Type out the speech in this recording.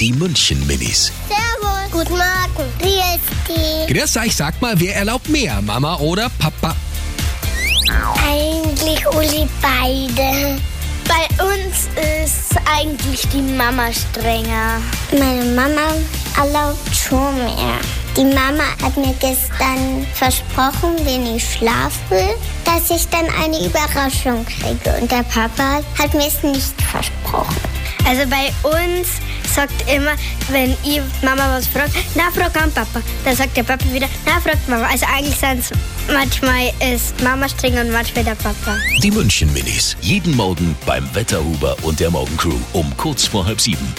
die München-Minis. Servus. Guten Morgen. Grüß dich. Grüß euch, sag mal, wer erlaubt mehr, Mama oder Papa? Eigentlich Uli beide. Bei uns ist eigentlich die Mama strenger. Meine Mama erlaubt schon mehr. Die Mama hat mir gestern versprochen, wenn ich schlafen will, dass ich dann eine Überraschung kriege. Und der Papa hat mir es nicht versprochen. Also bei uns sagt immer, wenn ich Mama was fragt, na frag an Papa. Dann sagt der Papa wieder, na fragt Mama. Also eigentlich sind es manchmal ist Mama streng und manchmal der Papa. Die München-Minis. Jeden Morgen beim Wetterhuber und der Morgencrew um kurz vor halb sieben.